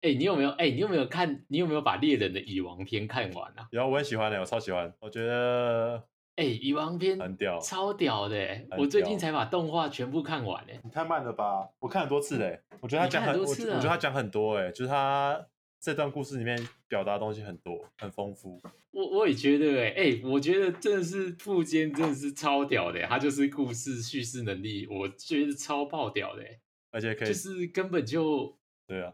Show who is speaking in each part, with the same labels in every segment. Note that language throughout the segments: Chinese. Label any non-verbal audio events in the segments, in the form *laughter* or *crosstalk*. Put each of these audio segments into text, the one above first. Speaker 1: 哎、你有没有？哎、你有没有看？你有没有把《猎人的蚁王篇》看完啊？
Speaker 2: 然后我很喜欢的、欸我超喜欢，我觉得
Speaker 1: 哎、蚁王篇》
Speaker 2: 很屌。
Speaker 1: 超屌的、欸，
Speaker 2: 很
Speaker 1: 我最近
Speaker 2: 屌
Speaker 1: 才把动画全部看完、欸，
Speaker 2: 你太慢了吧？我看很多次嘞、我觉得他
Speaker 1: 你
Speaker 2: 讲
Speaker 1: 看
Speaker 2: 很，
Speaker 1: 很
Speaker 2: 我
Speaker 1: 多
Speaker 2: 我
Speaker 1: 次
Speaker 2: 觉得
Speaker 1: 啊
Speaker 2: 他讲很多哎、就是他这段故事里面表达的东西很多，很丰富。
Speaker 1: 我我也觉得、欸，哎、我觉得真的是富坚真的是超屌的、欸，他就是故事叙事能力，我觉得超爆屌的、欸，
Speaker 2: 而且可以，
Speaker 1: 就是根本就
Speaker 2: 对啊，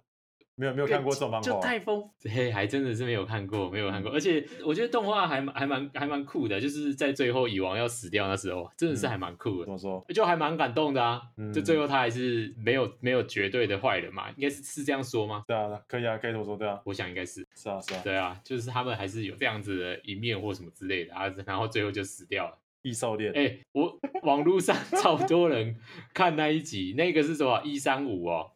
Speaker 2: 没有没有看过这种漫
Speaker 1: 就
Speaker 2: 画，嗯
Speaker 1: 太丰，嘿，还真的是没有看过，没有看过，而且我觉得动画还蛮还蛮还蛮酷的，就是在最后蚁王要死掉那时候，真的是
Speaker 2: 嗯
Speaker 1: 还蛮酷
Speaker 2: 怎
Speaker 1: 的。
Speaker 2: 么说？
Speaker 1: 就还蛮感动的啊，
Speaker 2: 嗯
Speaker 1: 就最后他还是没有没有绝对的坏人嘛，应该是是这样说吗？
Speaker 2: 对啊，可以啊，可以这么说，对啊，
Speaker 1: 我想应该是，
Speaker 2: 是啊是啊，
Speaker 1: 对啊，就是他们还是有这样子的一面或什么之类的啊，然后最后就死掉了。
Speaker 2: 异兽恋，
Speaker 1: 哎、我网络上 *laughs* 超多人看那一集，那个是什么一三五哦，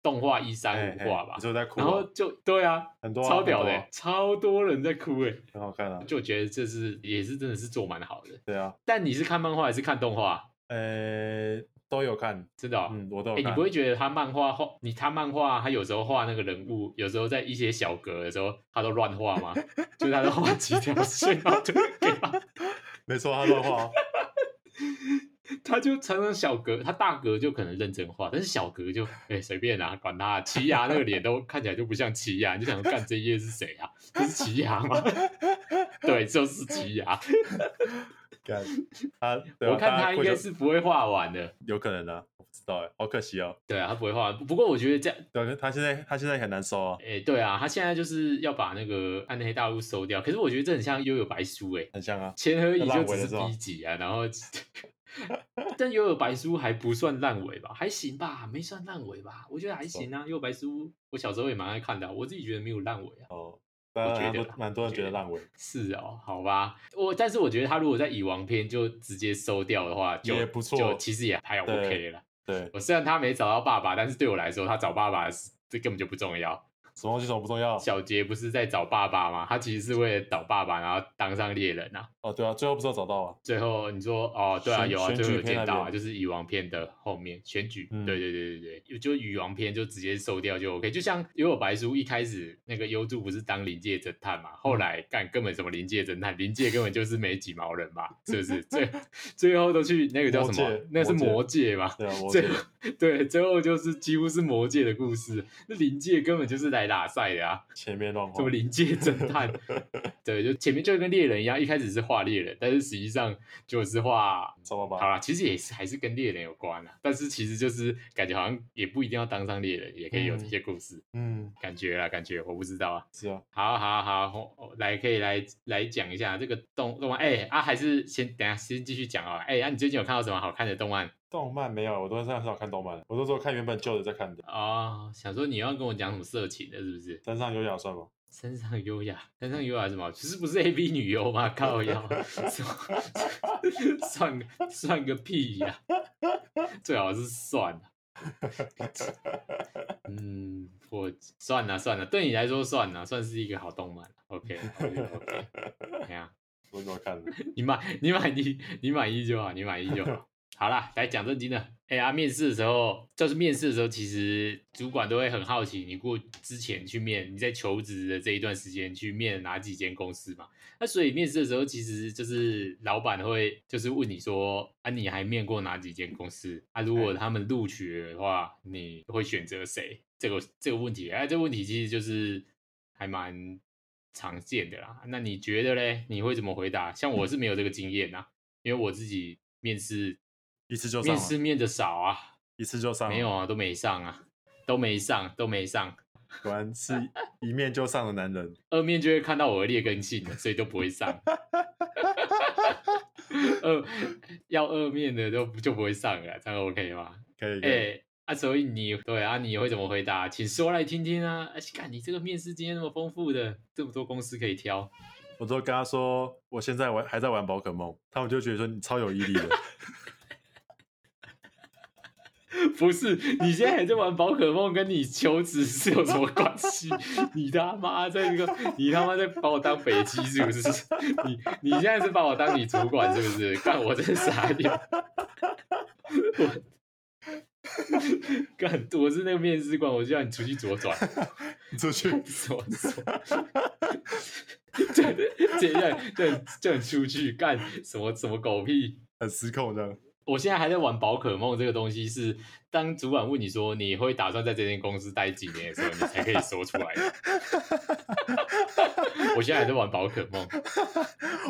Speaker 1: 动画一三
Speaker 2: 嘿
Speaker 1: 五画吧
Speaker 2: 你，说在哭啊、
Speaker 1: 然后就对啊，
Speaker 2: 很多啊、
Speaker 1: 超屌的、
Speaker 2: 很多啊
Speaker 1: 超多人在哭哎、
Speaker 2: 很好看啊，
Speaker 1: 就觉得这是也是真的是做蛮好的。
Speaker 2: 对啊，
Speaker 1: 但你是看漫画还是看动画？啊
Speaker 2: 呃，都有看，
Speaker 1: 真的、哦？
Speaker 2: 嗯，我都有
Speaker 1: 哎、
Speaker 2: 看，
Speaker 1: 你不会觉得他漫画画你他漫画，他有时候画那个人物，有时候在一些小格的时候，他都乱画吗？就是他都画几
Speaker 2: *laughs*
Speaker 1: 条线，然后就给他，
Speaker 2: 没错，他乱画哦，
Speaker 1: 他就常常小格，他大格就可能认真画，但是小格就哎随、便啦、管他、奇牙那个脸都看起来就不像奇牙，你就想说干这页是谁啊？这是奇牙吗？ *laughs* 对，就是奇牙。
Speaker 2: 干
Speaker 1: *laughs*
Speaker 2: 他，对啊
Speaker 1: 我看
Speaker 2: 大家
Speaker 1: 他应
Speaker 2: 会
Speaker 1: 该
Speaker 2: 有
Speaker 1: 是不会画完的。
Speaker 2: 有可能啊，我不知道哎，好可惜哦，
Speaker 1: 对啊，他不会画完。不过我觉得这样，
Speaker 2: 对啊，可是他现在他现在很难收啊，
Speaker 1: 哎、对啊，他现在就是要把那个暗黑大陆收掉。可是我觉得这很像悠悠白书、欸，哎，
Speaker 2: 很像啊，
Speaker 1: 前和乙
Speaker 2: 那
Speaker 1: 就
Speaker 2: 烂尾
Speaker 1: 只
Speaker 2: 了
Speaker 1: 是
Speaker 2: 是吧
Speaker 1: B 级啊，然后， *laughs* 但悠悠白书还不算烂尾吧，还行吧，没算烂尾吧，我觉得还行啊。悠悠白书我小时候也蛮爱看的啊、我自己觉得没有烂尾啊。
Speaker 2: 哦，当然
Speaker 1: 觉得
Speaker 2: 很
Speaker 1: 啦
Speaker 2: 多蛮多人
Speaker 1: 我
Speaker 2: 觉
Speaker 1: 觉
Speaker 2: 得
Speaker 1: 得
Speaker 2: 烂尾，
Speaker 1: 是哦，好吧，我但是我觉得他如果在蚁王篇就直接收掉的话，就
Speaker 2: 也不错
Speaker 1: 就其实也还
Speaker 2: 对
Speaker 1: OK 了。
Speaker 2: 对，
Speaker 1: 我虽然他没找到爸爸，但是对我来说，他找爸爸是这根本就不重要。
Speaker 2: 什么东西什么不重要，
Speaker 1: 小杰不是在找爸爸吗？他其实是为了找爸爸，然后当上猎人啊。
Speaker 2: 哦，对啊，最后不是有找到啊，
Speaker 1: 最后你说哦，对啊，
Speaker 2: 选
Speaker 1: 有啊，
Speaker 2: 选举
Speaker 1: 最后有
Speaker 2: 片
Speaker 1: 见
Speaker 2: 那
Speaker 1: 到啊，
Speaker 2: 边
Speaker 1: 就是蚁王片的后面选举，
Speaker 2: 嗯
Speaker 1: 对对对对对，就蚁王片就直接收掉就 OK。就像《幽游白书》一开始那个优助不是当灵界侦探嘛，
Speaker 2: 嗯
Speaker 1: 后来干根本什么灵界侦探，灵界根本就是没几毛人嘛，是不是？最 *laughs* 最后都去那个叫什
Speaker 2: 魔
Speaker 1: 么
Speaker 2: 戒？
Speaker 1: 那是魔
Speaker 2: 魔
Speaker 1: 界嘛？ *laughs*
Speaker 2: 对啊，我
Speaker 1: 最
Speaker 2: 觉得
Speaker 1: 后对，最后就是几乎是魔界的故事，那灵界根本就是来打赛的啊。
Speaker 2: 前面
Speaker 1: *laughs*
Speaker 2: 乱画
Speaker 1: 什么，灵界侦
Speaker 2: *laughs*
Speaker 1: 探，对，就前面就跟猎人一样，一开始是画猎人，但是实际上就是画，
Speaker 2: 什么
Speaker 1: 好
Speaker 2: 吧，
Speaker 1: 啦，其实也是还是跟猎人有关啦，但是其实就是感觉好像也不一定要当上猎人，也可以有这些故事，
Speaker 2: 嗯，
Speaker 1: 感觉啦，感觉我不知道啊。
Speaker 2: 是啊，
Speaker 1: 好好好，我来可以来来讲一下这个动动漫，哎、啊，还是先等一下先继续讲哦，哎、啊，你最近有看到什么好看的动漫
Speaker 2: 动漫没有，我都是很少看动漫，我都说看原本旧的在看的，
Speaker 1: 哦？想说你要跟我讲什么色情的，是不是？
Speaker 2: 山上有雅算吗？
Speaker 1: 身上优雅，身上优雅是什么？其实不是 A B 女优吗？靠腰，算 *laughs* 个算个屁呀、最好是算了。嗯，我算了算了，对你来说算了，算是一个好动漫。OK OK
Speaker 2: *laughs*
Speaker 1: OK，怎样？
Speaker 2: 我怎么看
Speaker 1: *laughs*
Speaker 2: 的？
Speaker 1: 你满你满意你满意就好，你满意就好。好啦，来讲正经的。哎、呀、面试的时候，就是面试的时候，其实主管都会很好奇，你过之前去面，你在求职的这一段时间去面哪几间公司嘛？那所以面试的时候，其实就是老板会就是问你说啊，你还面过哪几间公司？啊，如果他们录取了的话，你会选择谁？这个这个问题，哎、这个问题其实就是还蛮常见的啦。啊那你觉得嘞？你会怎么回答？像我是没有这个经验呐、因为我自己面试
Speaker 2: 一次就上
Speaker 1: 面
Speaker 2: 了，
Speaker 1: 试面的少啊，
Speaker 2: 一次就上了，
Speaker 1: 没有啊，都没上啊，都没上，都没上。
Speaker 2: 果
Speaker 1: *laughs*
Speaker 2: 然是一面就上的男人。
Speaker 1: 二面就会看到我的劣根性了，所以都不会上。二要二面的都就不会上了，这样 OK 吗？
Speaker 2: 可以，可
Speaker 1: 哎、
Speaker 2: 以
Speaker 1: 啊，所以你对啊，你会怎么回答？请说来听听啊！哎，看你这个面试经验那么丰富的，这么多公司可以挑，
Speaker 2: 我都跟他说，我现在玩还在玩宝可梦，他们就觉得说你超有毅力
Speaker 1: *laughs*
Speaker 2: 的。
Speaker 1: *laughs* 不是，你现在还在玩宝可梦，跟你求职是有什么关系？你他妈在那个，你他妈在把我当北极是不是？你你现在是把我当你主管是不是？看我真的傻眼。我干，我是那个面试官，我就让你出去左转， *laughs*
Speaker 2: 你出去，
Speaker 1: 左转，叫这叫你叫你叫你出去干什么什么狗屁！
Speaker 2: 很失控这样。
Speaker 1: 我现在还在玩宝可梦这个东西是，当主管问你说你会打算在这间公司待几年的时候，你才可以说出来的。 *laughs* 我现在还在玩宝可梦，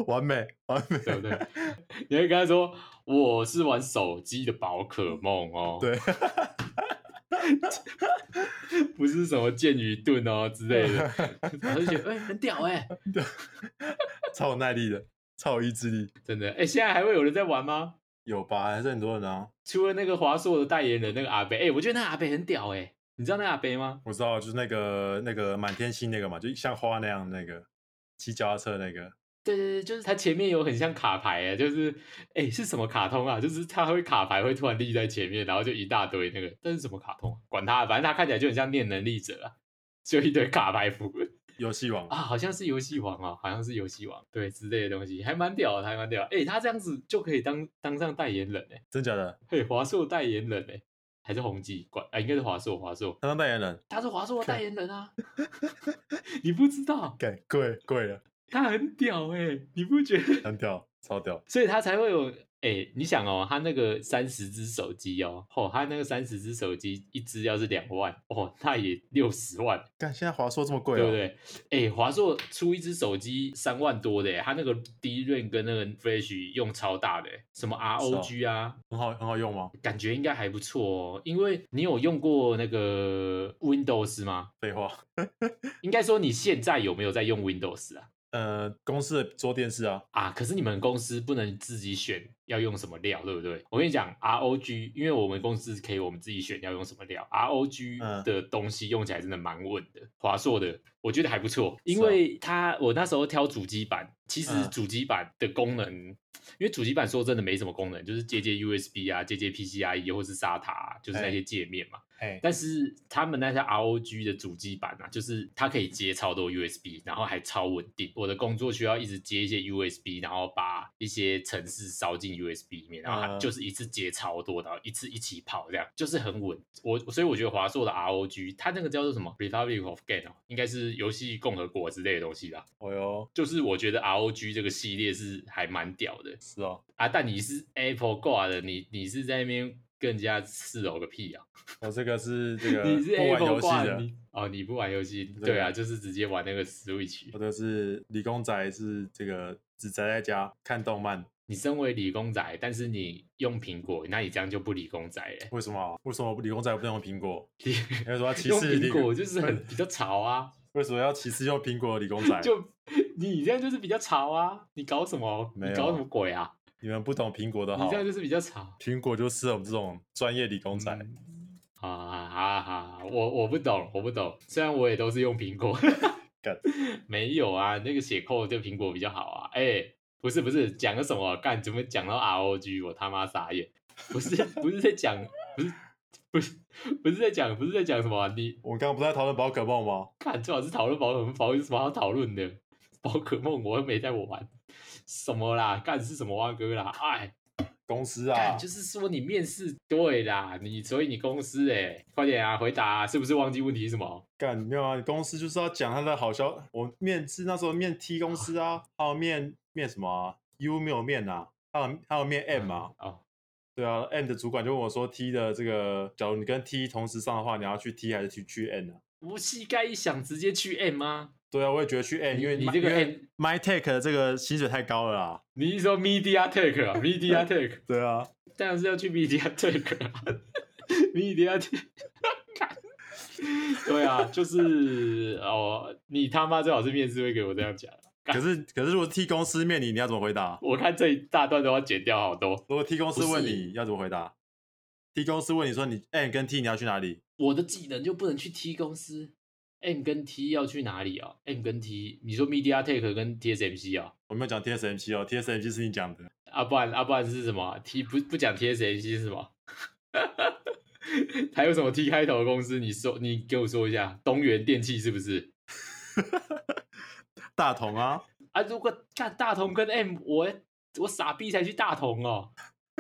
Speaker 2: 完美，完美，
Speaker 1: 对不对？ *laughs* 你会跟他说我是玩手机的宝可梦哦，
Speaker 2: 对，
Speaker 1: *laughs* 不是什么剑与盾哦之类的。我就觉得哎、很屌哎、
Speaker 2: 超有耐力的，超有意志力，
Speaker 1: 真的哎、现在还会有人在玩吗？
Speaker 2: 有吧？还是很多人啊。
Speaker 1: 除了那个华硕的代言人那个阿北，哎、我觉得那阿北很屌哎、你知道那阿北吗？
Speaker 2: 我知道，就是那个那个满天星那个嘛，就像花那样那个骑脚踏车那个，
Speaker 1: 对对对，就是他前面有很像卡牌哎，就是哎、是什么卡通啊？就是他会卡牌会突然立在前面，然后就一大堆那个，那是什么卡通、啊？管他，反正他看起来就很像念能力者啊，就一堆卡牌符
Speaker 2: 游戏王
Speaker 1: 啊，好像是游戏王啊，好像是游戏王对之类的东西，还蛮屌的，还蛮屌的。哎、他这样子就可以当当上代言人哎、
Speaker 2: 真假的？
Speaker 1: 嘿，华硕代言人哎、还是宏基管啊、应该是华硕，华硕，
Speaker 2: 他当代言人，
Speaker 1: 他是华硕的代言人 *laughs* 啊，你不知道，
Speaker 2: 给贵贵了，
Speaker 1: 他很屌哎、你不觉得？
Speaker 2: 很屌，超屌，
Speaker 1: 所以他才会有哎、你想哦，他那个三十只手机哦，哦，他那个三十只手机一只要是两万哦，那也六十万，
Speaker 2: 看现在华硕这么贵、
Speaker 1: 对
Speaker 2: 哦，
Speaker 1: 不对？哎、华硕出一只手机三万多的耶，他那个 D r a 跟那个 Flash 用超大的耶，什么 ROG 啊，
Speaker 2: 很好，很好用吗？
Speaker 1: 感觉应该还不错哦。因为你有用过那个 Windows 吗？
Speaker 2: 废话，
Speaker 1: 应该说你现在有没有在用 Windows 啊？
Speaker 2: 呃，公司的桌电视啊，
Speaker 1: 啊，可是你们公司不能自己选要用什么料，对不对？我跟你讲，ROG，因为我们公司可以我们自己选要用什么料
Speaker 2: 嗯
Speaker 1: ，ROG 的东西用起来真的蛮稳的，华硕的我觉得还不错，因
Speaker 2: 是啊
Speaker 1: 为它我那时候挑主机板，其实
Speaker 2: 嗯
Speaker 1: 主机板的功能，因为主机板说真的没什么功能，就是接接 USB 啊，接接 PCIe 或是 SATA，、啊、就是那
Speaker 2: 哎
Speaker 1: 些界面嘛。
Speaker 2: 哎、
Speaker 1: 但是他们那些 ROG 的主机板啊，就是它可以接超多 USB，然后还超稳定。我的工作需要一直接一些 USB，然后把一些程式烧进 USB 里面，然后它
Speaker 2: 嗯
Speaker 1: 就是一次接超多，然后一次一起跑，这样就是很稳。我所以我觉得华硕的 ROG，它那个叫做什么 Republic of Game 哦，应该是游戏共和国之类的东西吧。
Speaker 2: 哦哟，
Speaker 1: 就是我觉得 ROG 这个系列是还蛮屌的
Speaker 2: 是哦，
Speaker 1: 啊，但你是 Apple 挂的，你你是在那边跟人家四楼个屁啊！
Speaker 2: 我哦这个
Speaker 1: *laughs*
Speaker 2: 是这个
Speaker 1: 你是
Speaker 2: 不玩
Speaker 1: Apple
Speaker 2: 游戏
Speaker 1: 挂
Speaker 2: 的，
Speaker 1: 你哦，你不玩游戏，
Speaker 2: 对
Speaker 1: 对啊，就是直接玩那个 Switch
Speaker 2: 我。的哦是理工宅，是这个只宅在家看动漫，
Speaker 1: 你身为理工仔，但是你用苹果，那你这样就不理工仔
Speaker 2: *laughs*
Speaker 1: 了。
Speaker 2: 为什么？啊为什么理工宅不能用苹果？
Speaker 1: 你
Speaker 2: 你为什么要歧
Speaker 1: *laughs* 用
Speaker 2: 视理
Speaker 1: 苹
Speaker 2: 工
Speaker 1: 果就是很比较潮啊，
Speaker 2: 为什么要歧视用苹果的理工宅？
Speaker 1: 就 *laughs* 你这样就是比较潮啊，你搞什么？
Speaker 2: 没有
Speaker 1: 你搞什么鬼啊？
Speaker 2: 你们不懂苹果的
Speaker 1: 你
Speaker 2: 好
Speaker 1: 这，样就是比较潮。
Speaker 2: 苹果就适合我们这种专业理工宅。
Speaker 1: 嗯啊啊啊！我我不懂，我不懂。虽然我也都是用苹果
Speaker 2: 干，
Speaker 1: 没有啊，那个写扣对苹果比较好啊。哎、不是不是，讲个什么干？怎么讲到 ROG？我他妈傻眼！不是不是在讲，不是不是不是在讲，不是在讲什么啊、你
Speaker 2: 我们刚刚不是在讨论宝可梦吗？
Speaker 1: 看，最好是讨论宝可梦，宝有什么好讨论的？宝可梦我又没在玩，什么啦？干是什么蛙哥啦？哎，
Speaker 2: 公司
Speaker 1: 干
Speaker 2: 啊，
Speaker 1: 就是说你面试对啦，你所以你公司哎、快点啊，回答啊、是不是忘记问题是什么？
Speaker 2: 干没有啊？你公司就是要讲他的好消。我面试那时候面 T 公司啊，还有面面什么、啊、U 没有面啊，还有还有面 M 啊。
Speaker 1: 哦，
Speaker 2: 对啊，M 的主管就问我说，T 的这个，假如你跟 T 同时上的话，你要去 T 还是去去 N 啊？
Speaker 1: 我膝盖一想直接去 M 吗、
Speaker 2: 对啊，我也觉得去 N，
Speaker 1: 你
Speaker 2: 因为
Speaker 1: 你这个 M，
Speaker 2: My Tech 的这个薪水太高了啦。
Speaker 1: 你一说 Media Take 啊，Media Take
Speaker 2: 对啊，
Speaker 1: *laughs* 当然是要去 Media
Speaker 2: *laughs*
Speaker 1: Take 啊，Media Take，干对啊，就是哦，你他妈最好是面试会给我这样讲。
Speaker 2: 可是可是如果 T 公司面你，你要怎么回答？
Speaker 1: 我看这一大段都要剪掉好多。
Speaker 2: 如果 T 公司
Speaker 1: 不是
Speaker 2: 问你要怎么回答？T 公司问你说你 N 跟 T 你要去哪里？
Speaker 1: 我的技能就不能去 T 公司，M 跟 T 要去哪里啊？M 跟 T，你说 Media Take 跟 TSMC 啊？
Speaker 2: 我没有讲 TSMC 哦，TSMC 是你讲的。
Speaker 1: 啊，不然啊，不然是什么？T 不不讲 TSMC 是什么？ *laughs* 还有什么 T 开头的公司？你说你给我说一下，东元电器是不是？
Speaker 2: 大同啊，
Speaker 1: 啊，如果干大同跟 M，我我傻逼才去大同哦，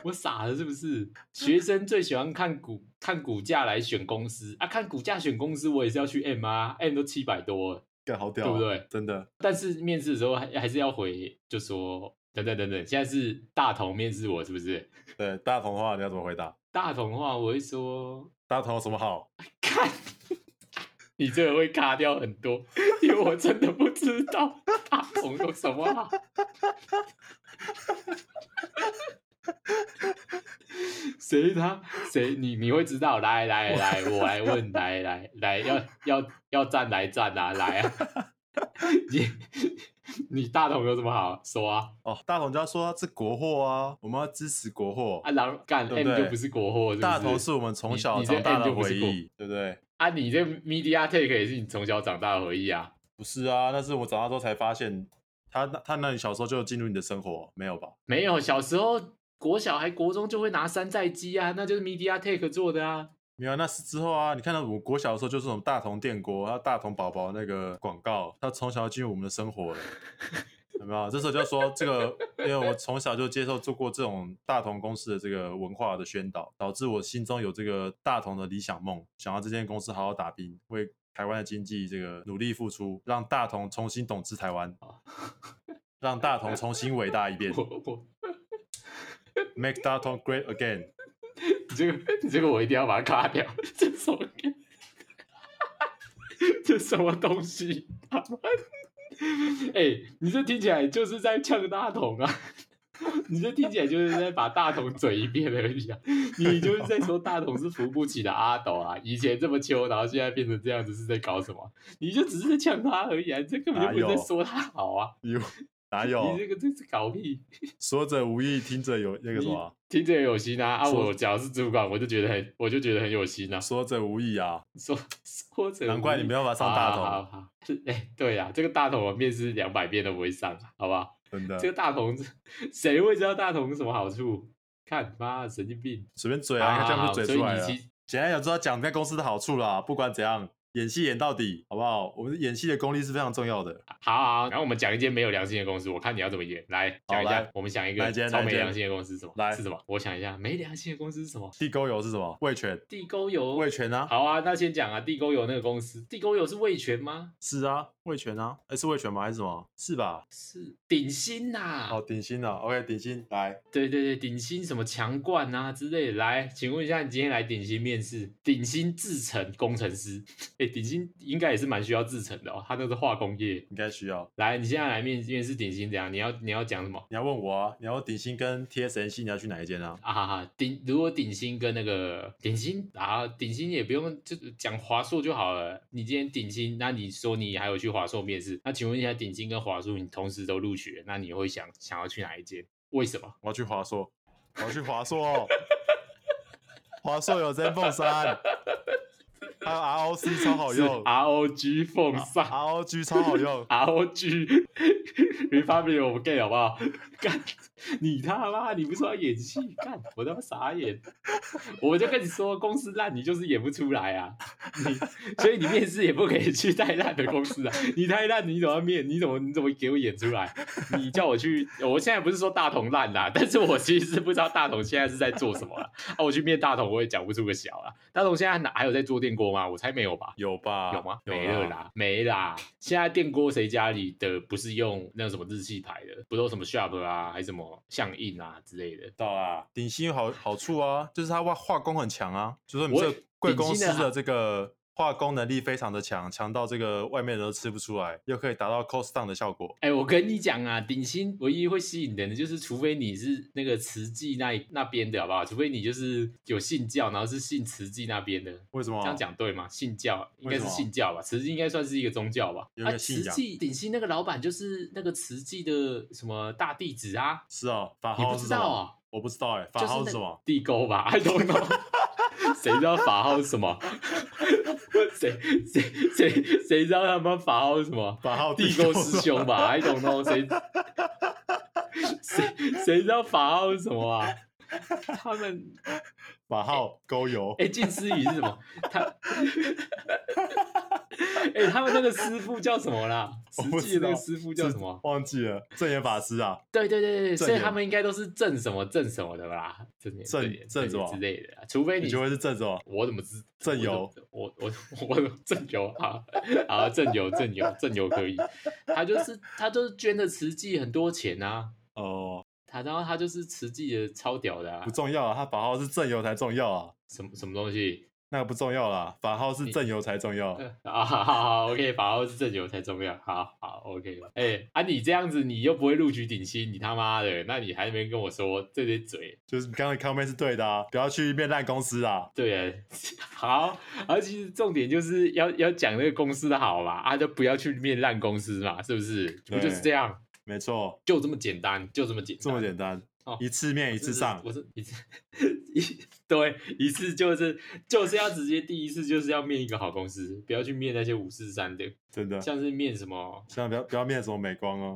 Speaker 1: 我傻了是不是？学生最喜欢看股看股价来选公司啊，看股价选公司，我也是要去 M 啊，M 都七百多了，
Speaker 2: 干好屌、
Speaker 1: 对不
Speaker 2: 哦
Speaker 1: 对？
Speaker 2: 真的，
Speaker 1: 但是面试的时候还还是要回，就说等等等等，现在是大同面试我是不是？
Speaker 2: 对大同的话你要怎么回答？
Speaker 1: 大同的话我会说
Speaker 2: 大同有什么好？
Speaker 1: 看，你这个会卡掉很多，因为我真的不知道大同有什么好。谁他谁你你会知道？来来来，我来问，来来来，要要要站来站啊，来啊！ *laughs* 你你大同有什么好说啊？
Speaker 2: 哦，大同就要说是国货啊，我们要支持国货。
Speaker 1: 啊，然后干
Speaker 2: 对不
Speaker 1: M 就
Speaker 2: 对
Speaker 1: 不是国货，是不是？
Speaker 2: 大同是我们从小
Speaker 1: 你你这
Speaker 2: 长大
Speaker 1: M
Speaker 2: 的
Speaker 1: 就不
Speaker 2: 回
Speaker 1: 是
Speaker 2: 忆，对不对？
Speaker 1: 啊，你这 Media Take 也是你从小长大的回忆啊。
Speaker 2: 不是啊，那是我长大之后才发现，他他那你小时候就进入你的生活没有吧？
Speaker 1: 没有，小时候国小还国中就会拿山寨机啊，那就是 Media Take 做的啊。
Speaker 2: 没有啊，那是之后啊，你看到我国小的时候就是我们大同电锅，还有大同宝宝那个广告，他从小进入我们的生活了，有没有？这时候就要说这个，因为我从小就接受做过这种大同公司的这个文化的宣导，导致我心中有这个大同的理想梦，想要这间公司好好打拼，为台湾的经济这个努力付出，让大同重新统治台湾，让大同重新伟大一遍
Speaker 1: 哦 *laughs* 我我
Speaker 2: ，Make 大同 Great
Speaker 1: *laughs*
Speaker 2: Again。
Speaker 1: 你这个你这个我一定要把它卡掉，这什么？这什么东西？他妈！哎、你这听起来就是在呛大同啊！你这听起来就是在把大同嘴一遍而已啊！你就是在说大同是扶不起的阿斗啊！以前这么秋，然后现在变成这样子，是在搞什么？你就只是在呛他而已啊！你这根本就不是在说他好啊！
Speaker 2: 有哪有
Speaker 1: 你？这个真是搞屁！
Speaker 2: 说者无意，听者有那个什么啊？
Speaker 1: 听着也有心啊！啊，
Speaker 2: 说
Speaker 1: 我只要是主管，我就觉得很，我就觉得很有心啊！
Speaker 2: 说者无意啊，
Speaker 1: 说 *laughs* 说者无意，
Speaker 2: 难怪你没办法上大
Speaker 1: 好好
Speaker 2: 头，
Speaker 1: 好 *laughs* 好这哎、对呀、这个大同我面试两百遍都不会上，啊好不好？
Speaker 2: 真
Speaker 1: 这
Speaker 2: 的
Speaker 1: 个大同 *laughs* 谁会知道大同有什么好处？看妈的神经病！
Speaker 2: 随便嘴啊，
Speaker 1: 好
Speaker 2: 看这样
Speaker 1: 好
Speaker 2: 就
Speaker 1: 好
Speaker 2: 嘴出来了
Speaker 1: 所以。你其
Speaker 2: 简单讲，知道讲在公司的好处啦，啊不管怎样，演戏演到底，好不好？我们演戏的功力是非常重要的。
Speaker 1: 好好，好然后我们讲一间没有良心的公司，我看你要怎么演。来
Speaker 2: 好
Speaker 1: 讲一
Speaker 2: 来
Speaker 1: 下，我们想一
Speaker 2: 哪
Speaker 1: 个
Speaker 2: 一间
Speaker 1: 超
Speaker 2: 哪一
Speaker 1: 没
Speaker 2: 间
Speaker 1: 良心的公司是什么？
Speaker 2: 来
Speaker 1: 是什么？我想一下，没良心的公司是什么？
Speaker 2: 地沟油是什么？味全，
Speaker 1: 地沟油。
Speaker 2: 味全啊，
Speaker 1: 好啊，那先讲啊，地沟油那个公司，地沟油是味全吗？
Speaker 2: 是啊，味全啊，哎、是味全吗？还是什么？是吧？
Speaker 1: 是鼎新呐、
Speaker 2: 哦，顶薪啊，OK，顶薪来，
Speaker 1: 对对对，顶新什么强冠啊之类的。来，请问一下，你今天来顶新面试，顶新制程工程师，哎，顶新应该也是蛮需要制程的哦，他那是化工业。
Speaker 2: 应该需要。
Speaker 1: 来，你现在来面面试顶新怎样？你要你要讲什么
Speaker 2: 你要问我啊，你要顶薪跟 TSMC 你要去哪一间啊？
Speaker 1: 啊？哈哈，顶如果顶新跟那个顶新啊，顶新也不用就讲华硕就好了。你今天顶新，那你说你还有去华硕面试，那请问一下，顶新跟华硕你同时都录取了，那你会想想要去哪一间？为什么？
Speaker 2: 我要去华硕，我要去华硕、
Speaker 1: *laughs*
Speaker 2: 哦，华硕有 ZenFone 三，还有 ROC 超好
Speaker 1: 是
Speaker 2: 用
Speaker 1: ROG 奉上。，
Speaker 2: ，ROG 超好用
Speaker 1: ROG Republic of Gay 好不好？干你他妈！你不是说要演戏？干我他妈傻眼！我就跟你说，公司烂你就是演不出来啊！你所以你面试也不可以去太烂的公司啊！你太烂，你怎么面？你怎么你怎么给我演出来？你叫我去，我现在不是说大同烂啦，但是我其实是不知道大同现在是在做什么啦。啊，我去面大同，我也讲不出个小啊。大同现在哪还有在做电锅吗？我猜没有吧？
Speaker 2: *laughs* 有吧？
Speaker 1: 有吗？
Speaker 2: 有啊
Speaker 1: 没了
Speaker 2: 啦。
Speaker 1: 啦，没啦。现在电锅谁家里的不是用那个什么日系牌的，不都什么 Sharp 啊，还是什么象印啊之类的？
Speaker 2: 到啦，鼎新有好好处啊，就是它化化工很强啊，就是你
Speaker 1: 我
Speaker 2: 这个贵公司
Speaker 1: 鼎新的
Speaker 2: 的
Speaker 1: 啊
Speaker 2: 这个化工能力非常的强，强到这个外面人都吃不出来，又可以达到 cost down 的效果。
Speaker 1: 哎、我跟你讲啊，顶薪唯一会吸引人的就是，除非你是那个慈济那一那边的，好不好？除非你就是有信教，然后是信慈济那边的。
Speaker 2: 为什么？
Speaker 1: 这样讲对吗？信教应该
Speaker 2: 为
Speaker 1: 是
Speaker 2: 什么
Speaker 1: 信教吧，慈济应该算是一个宗教吧。
Speaker 2: 有一
Speaker 1: 啊，
Speaker 2: 个信
Speaker 1: 慈
Speaker 2: 仰
Speaker 1: 济顶薪那个老板就是那个慈济的什么大弟子啊，
Speaker 2: 是啊，法
Speaker 1: 你
Speaker 2: 号
Speaker 1: 不
Speaker 2: 是
Speaker 1: 知
Speaker 2: 什
Speaker 1: 道
Speaker 2: 么？
Speaker 1: 啊？
Speaker 2: 我不知道哎，法
Speaker 1: 就是
Speaker 2: 号
Speaker 1: 那
Speaker 2: 是什么？
Speaker 1: 地沟吧？I don't know，谁 *laughs* 知道法号是什么？ *laughs* 谁谁谁谁知道他们法号是什么？
Speaker 2: 法号
Speaker 1: 地沟师兄吧？I don't know，谁谁谁知道法号是什么啊？他们
Speaker 2: 马
Speaker 1: *laughs*
Speaker 2: 号勾油，
Speaker 1: 哎，近思语是什么？他哎，他们那个师傅叫什么啦？
Speaker 2: 我
Speaker 1: 实
Speaker 2: 不
Speaker 1: 际的那
Speaker 2: 知道
Speaker 1: 个师傅叫什么？
Speaker 2: 忘记了，正言法师啊，
Speaker 1: 对对对对，
Speaker 2: 正
Speaker 1: 所以他
Speaker 2: 言
Speaker 1: 们应该都是正什么正什么的吧？正言
Speaker 2: 正
Speaker 1: 言
Speaker 2: 正什
Speaker 1: 言
Speaker 2: 么
Speaker 1: 之类的啦，除非
Speaker 2: 你
Speaker 1: 哎你
Speaker 2: 就会是正什么？
Speaker 1: 我怎么知
Speaker 2: 正友？
Speaker 1: 我怎么我我我正友啊啊正友正友正友可以，他就是他就是捐了慈济很多钱啊，
Speaker 2: 哦，
Speaker 1: 他然后他就是慈济的超屌的啊
Speaker 2: 不，重要啊，他法号是正油才重要啊，
Speaker 1: 什么什么东西 *laughs*
Speaker 2: 那个不重要啦，法号是正油才重要。
Speaker 1: 啊？好好好，OK，法号是正友才重要，好好 OK，哎、啊你这样子你又不会录取顶薪，你他妈的，那你还没跟我说这些嘴，
Speaker 2: 就是你刚刚的 comment 是对的啊，不要去面烂公司啊。
Speaker 1: 对啊， *laughs* 好，而其实重点就是要要讲那个公司的好嘛，啊，就不要去面烂公司嘛，是不是？不就是
Speaker 2: 对
Speaker 1: 这样？
Speaker 2: 没错，
Speaker 1: 就这么简单，就这么简单，
Speaker 2: 这么简单，
Speaker 1: 哦
Speaker 2: 一次面一次上，
Speaker 1: 我是一次 *laughs* 一对一次就是就是要直接第一次就是要面一个好公司，不要去面那些五四三的，
Speaker 2: 真的。
Speaker 1: 像是面什么
Speaker 2: 像不要不要面什么美光哦，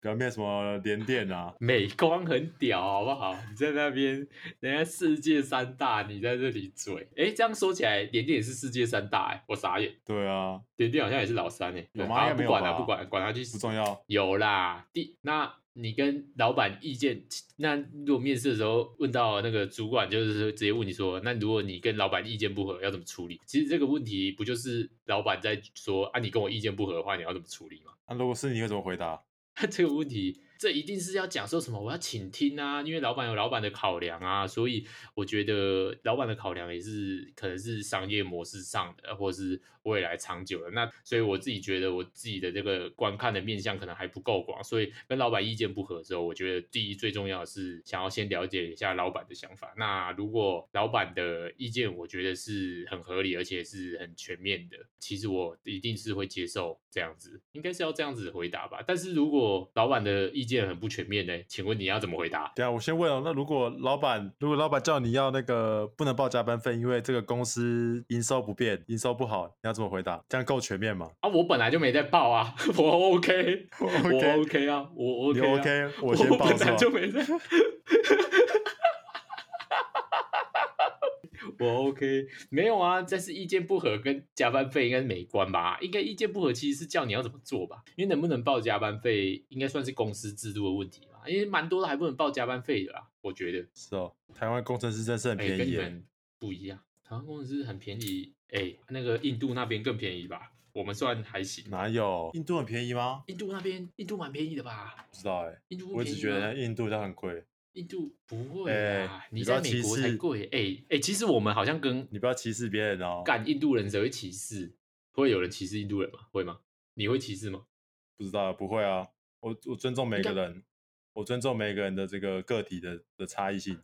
Speaker 2: 不要面什么联电啊，
Speaker 1: 美光很屌，好不好？你在那边人家世界三大，你在这里嘴，哎，这样说起来，联电也是世界三大哎、我傻眼，
Speaker 2: 对啊，
Speaker 1: 联电好像也是老三哎、
Speaker 2: 有吗
Speaker 1: 好
Speaker 2: 应该
Speaker 1: 不
Speaker 2: 没有
Speaker 1: 管了，
Speaker 2: 吧
Speaker 1: 不管管他去
Speaker 2: 不重要。
Speaker 1: 有啦，第那你跟老板意见，那如果面试的时候问到那个主管，就是直接问你说，那如果你跟老板意见不合，要怎么处理？其实这个问题不就是老板在说啊，你跟我意见不合的话，你要怎么处理吗？
Speaker 2: 那、如果是你会怎么回答？
Speaker 1: *laughs* 这个问题，这一定是要讲说什么？我要倾听啊，因为老板有老板的考量啊，所以我觉得老板的考量也是可能是商业模式上的，或是未来长久的。那所以我自己觉得我自己的这个观看的面向可能还不够广，所以跟老板意见不合的时候，我觉得第一最重要的是想要先了解一下老板的想法。那如果老板的意见我觉得是很合理，而且是很全面的，其实我一定是会接受这样子，应该是要这样子回答吧。但是如果老板的意见很不全面呢，请问你要怎么回答？
Speaker 2: 等一下我先问哦，那如果老板如果老板叫你要那个不能报加班费，因为这个公司营收不变，营收不好，你要怎么回答？这样够全面吗
Speaker 1: 啊，我本来就没在报啊， *laughs* 我 OK，
Speaker 2: 我
Speaker 1: 我
Speaker 2: ？OK，
Speaker 1: OK 啊，我 OK，
Speaker 2: 你
Speaker 1: 啊 *laughs*
Speaker 2: OK，我先报
Speaker 1: 本
Speaker 2: 是
Speaker 1: 来
Speaker 2: 吧？
Speaker 1: 就没在。 *laughs* 我 OK，没有啊，但是意见不合跟加班费应该没关吧？应该意见不合其实是叫你要怎么做吧？因为能不能报加班费，应该算是公司制度的问题嘛。因为蛮多的还不能报加班费的啦，我觉得。
Speaker 2: 是哦，台湾工程师真是很
Speaker 1: 哎、
Speaker 2: 便
Speaker 1: 跟
Speaker 2: 宜
Speaker 1: 你
Speaker 2: 耶，
Speaker 1: 们不一样，台湾工程师很便宜。哎、那个印度那边更便宜吧？我们算还行。
Speaker 2: 哪有？印度很便宜吗？
Speaker 1: 印度那边，印度蛮便宜的吧？
Speaker 2: 不知道哎，
Speaker 1: 印度不
Speaker 2: 我
Speaker 1: 便宜啊
Speaker 2: 只觉
Speaker 1: 吗
Speaker 2: 得印度它很贵，
Speaker 1: 印度不会
Speaker 2: 哎
Speaker 1: 啊，
Speaker 2: 你
Speaker 1: 你
Speaker 2: 不要
Speaker 1: 在美
Speaker 2: 歧
Speaker 1: 国才
Speaker 2: 视
Speaker 1: 贵。哎、哎、其实我们好像跟
Speaker 2: 你不要歧视别人哦。
Speaker 1: 干印度人只会歧视，会有人歧视印度人吗？会吗？你会歧视吗？
Speaker 2: 不知道，不会啊，我我尊重每个人，我尊重每个人的这个个体的的差异性。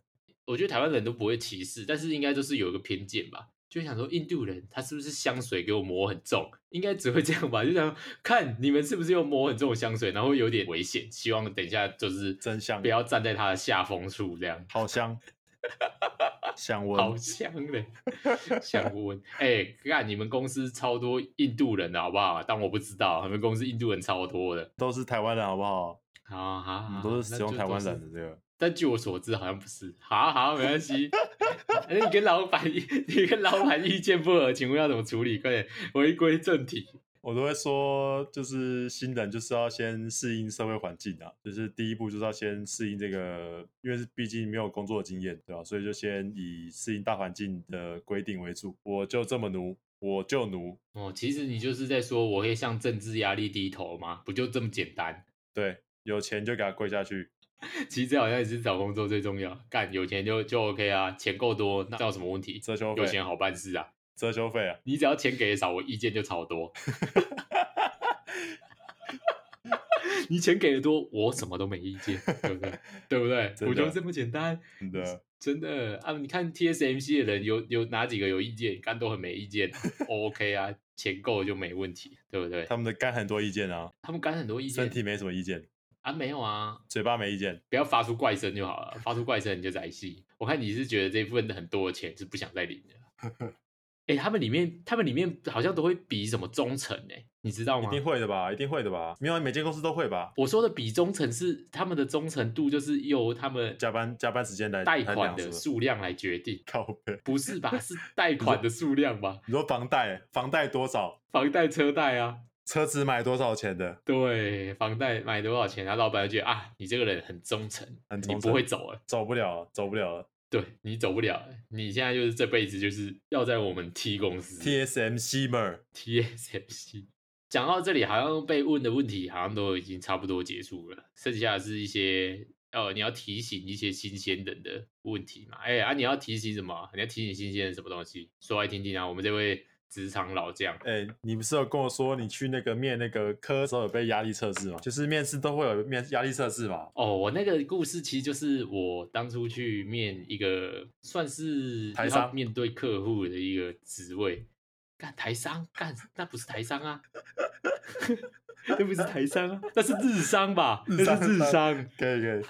Speaker 1: 我觉得台湾人都不会歧视，但是应该就是有一个偏见吧，就想说印度人他是不是香水给我抹很重，应该只会这样吧，就想看你们是不是有抹很重的香水，然后有点危险，希望等一下就是
Speaker 2: 真香
Speaker 1: 不要站在他的下风处这样。*laughs*
Speaker 2: 好香，想
Speaker 1: 好
Speaker 2: 闻，
Speaker 1: 香
Speaker 2: *laughs*
Speaker 1: 嘞，想闻哎，看、你们公司超多印度人的好不好？但我不知道，你们公司印度人超多的。
Speaker 2: 都是台湾人好不好？
Speaker 1: 好好，
Speaker 2: 我
Speaker 1: 好
Speaker 2: 们嗯都是使用台湾。
Speaker 1: 啊那就
Speaker 2: 人的
Speaker 1: 都是
Speaker 2: 这个。
Speaker 1: 但据我所知，好像不是。好好，没关
Speaker 2: *laughs*
Speaker 1: 系。那你跟老板意，你跟老板意见不合，请问要怎么处理？快点，回归正题。
Speaker 2: 我都会说，就是新人就是要先适应社会环境啊，就是第一步就是要先适应这个，因为是毕竟没有工作经验，对吧、所以就先以适应大环境的规定为主。我就这么奴，我就奴，
Speaker 1: 哦，其实你就是在说，我会向政治压力低头吗？不就这么简单？
Speaker 2: 对，有钱就给他跪下去，
Speaker 1: 其实这好像也是找工作最重要，干有钱就就 OK 啊，钱够多，那有什么问题？
Speaker 2: 遮
Speaker 1: 有
Speaker 2: 羞费，
Speaker 1: 钱好办事啊。
Speaker 2: 遮羞费啊。
Speaker 1: 你只要钱给的少，我意见就超多。你钱给的多，我什么都没意见，对不对？对不对？
Speaker 2: 真的
Speaker 1: 我就这么简单，
Speaker 2: 真的，
Speaker 1: 真的啊！你看 TSMC 的人有有哪几个有意见？干都很没意见 *laughs* ，OK 啊，钱够就没问题，对不对
Speaker 2: 他？们的肝很多意见啊，
Speaker 1: 他们干很多意
Speaker 2: 身
Speaker 1: 见
Speaker 2: 体没什么意见，
Speaker 1: 啊，没有啊，
Speaker 2: 嘴巴没意见，
Speaker 1: 不要发出怪声就好
Speaker 2: *laughs*
Speaker 1: 了，发出怪声你就宰戏。我看你是觉得这份很多的钱是不想再领的，哎、他们里面他们里面好像都会比什么忠诚哎、你知道
Speaker 2: 一
Speaker 1: 吗？
Speaker 2: 定会的吧，一定会的吧，没有每间公司都会吧。
Speaker 1: 我说的比忠诚是他们的忠诚度，就是由他们
Speaker 2: 加班加班时间来
Speaker 1: 贷
Speaker 2: 来
Speaker 1: 款
Speaker 2: 量是
Speaker 1: 的
Speaker 2: 吗
Speaker 1: 数量来决定，
Speaker 2: 靠背，
Speaker 1: 不是吧？是贷款的数量吧？
Speaker 2: 你说房贷房贷多少，
Speaker 1: 房贷、车贷啊，
Speaker 2: 车子买多少钱的，
Speaker 1: 对，房贷买多少钱，然后老板就觉得啊，你这个人很忠诚，
Speaker 2: 很
Speaker 1: 你
Speaker 2: 忠
Speaker 1: 不
Speaker 2: 诚
Speaker 1: 会走了，
Speaker 2: 走不了了，走不了了。
Speaker 1: 对你走不了了，你现在就是这辈子就是要在我们 T 公司
Speaker 2: TSMC 们儿
Speaker 1: TSMC。讲到这里，好像被问的问题好像都已经差不多结束了，剩下的是一些呃，你要提醒一些新鲜人的问题嘛。哎、啊，你要提醒什么？你要提醒新鲜人什么东西？说来听听啊，我们这位职场老将。
Speaker 2: 哎、你不是有跟我说你去那个面那个科的时候有被压力测试吗？就是面试都会有面压力测试嘛，
Speaker 1: 哦，我那个故事其实就是我当初去面一个算是
Speaker 2: 台
Speaker 1: 要
Speaker 2: 商
Speaker 1: 面对客户的一个职位，干台商干那不是台商啊， *laughs* 那不是台商啊， *laughs* 那是日商吧？
Speaker 2: 日商
Speaker 1: 那是日商，
Speaker 2: 可以可以，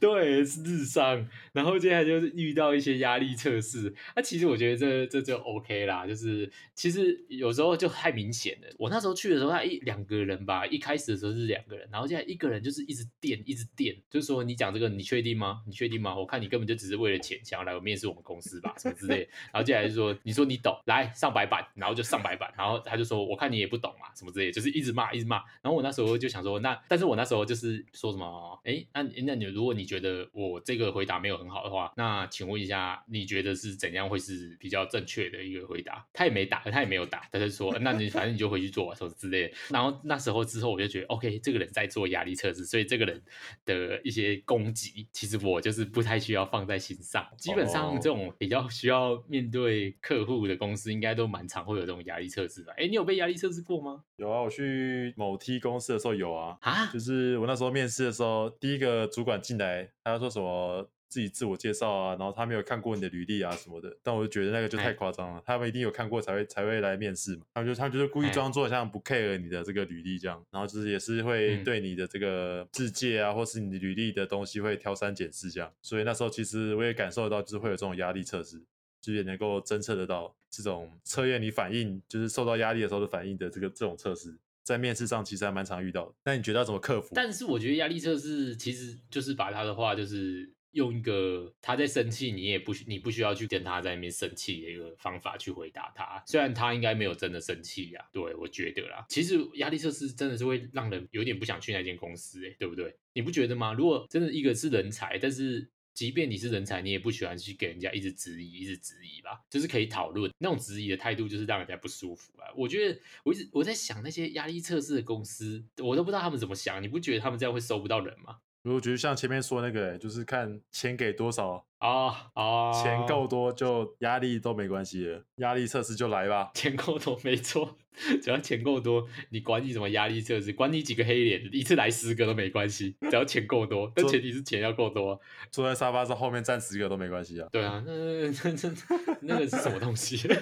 Speaker 1: 对，是日商。然后接下来就是遇到一些压力测试，那、其实我觉得这这就 OK 啦，就是其实有时候就太明显了。我那时候去的时候，他一两个人吧，一开始的时候是两个人，然后现在一个人就是一直电，一直电，就说你讲这个，你确定吗？你确定吗？我看你根本就只是为了钱想要来我面试我们公司吧，什么之类的。然后接下来就说，你说你懂，来上白板，然后就上白板，然后他就说，我看你也不懂嘛，什么之类的，就是一直骂，一直骂。然后我那时候就想说，那但是我那时候就是说什么，哎，那你那你如果你觉得我这个回答没有很好的话，那请问一下，你觉得是怎样会是比较正确的一个回答？他也没打，他也没有打，他就说，那你反正你就回去做啊什么之类的。然后那时候之后，我就觉得，OK，这个人在做压力测试，所以这个人的一些攻击，其实我就是不太需要放在心上。基本上
Speaker 2: 哦
Speaker 1: 这种比较需要面对客户的公司，应该都蛮常会有这种压力测试吧？哎，你有被压力测试过吗？
Speaker 2: 有啊，我去某 T 公司的时候有啊，
Speaker 1: 啊
Speaker 2: 就，是我那时候面试的时候，第一个主管进来，他说什么自己自我介绍啊，然后他没有看过你的履历啊什么的，但我就觉得那个就
Speaker 1: 哎
Speaker 2: 太夸张了，他们一定有看过才会才会来面试嘛，他们就他们就是故意
Speaker 1: 哎
Speaker 2: 装作像不 care 你的这个履历这样，然后就是也是会
Speaker 1: 嗯
Speaker 2: 对你的这个自介啊，或是你履历的东西会挑三拣四这样，所以那时候其实我也感受到就是会有这种压力测试，就是也能够侦测得到这种测验你反应，就是受到压力的时候的反应的这个这种测试，在面试上其实还蛮常遇到的。那你觉得要怎么克服？
Speaker 1: 但是我觉得压力测试其实就是把他的话，就是用一个他在生气，你也不需你不需要去跟他在那边生气的一个方法去回答他。虽然他应该没有真的生气呀、对我觉得啦，其实压力测试真的是会让人有点不想去那间公司、欸，对不对？你不觉得吗？如果真的一个是人才，但是即便你是人才，你也不喜欢去给人家一直质疑，一直质疑吧，就是可以讨论那种质疑的态度，就是让人家不舒服啊。我觉得我一直我在想那些压力测试的公司，我都不知道他们怎么想。你不觉得他们这样会收不到人吗？
Speaker 2: 如果觉得像前面说那个、欸就是看钱给多少，
Speaker 1: 啊啊，
Speaker 2: 钱够多就压力都没关系了，压力测试就来吧。
Speaker 1: 钱够多，没错，只要钱够多，你管你什么压力测试，管你几个黑脸，一次来十个都没关系，只要钱够多，但
Speaker 2: 这
Speaker 1: 前提是钱要够多。啊
Speaker 2: 坐在沙发上后面站十个都没关系啊。
Speaker 1: 对啊，那 *laughs* 那那那那个是什么东西？ *laughs*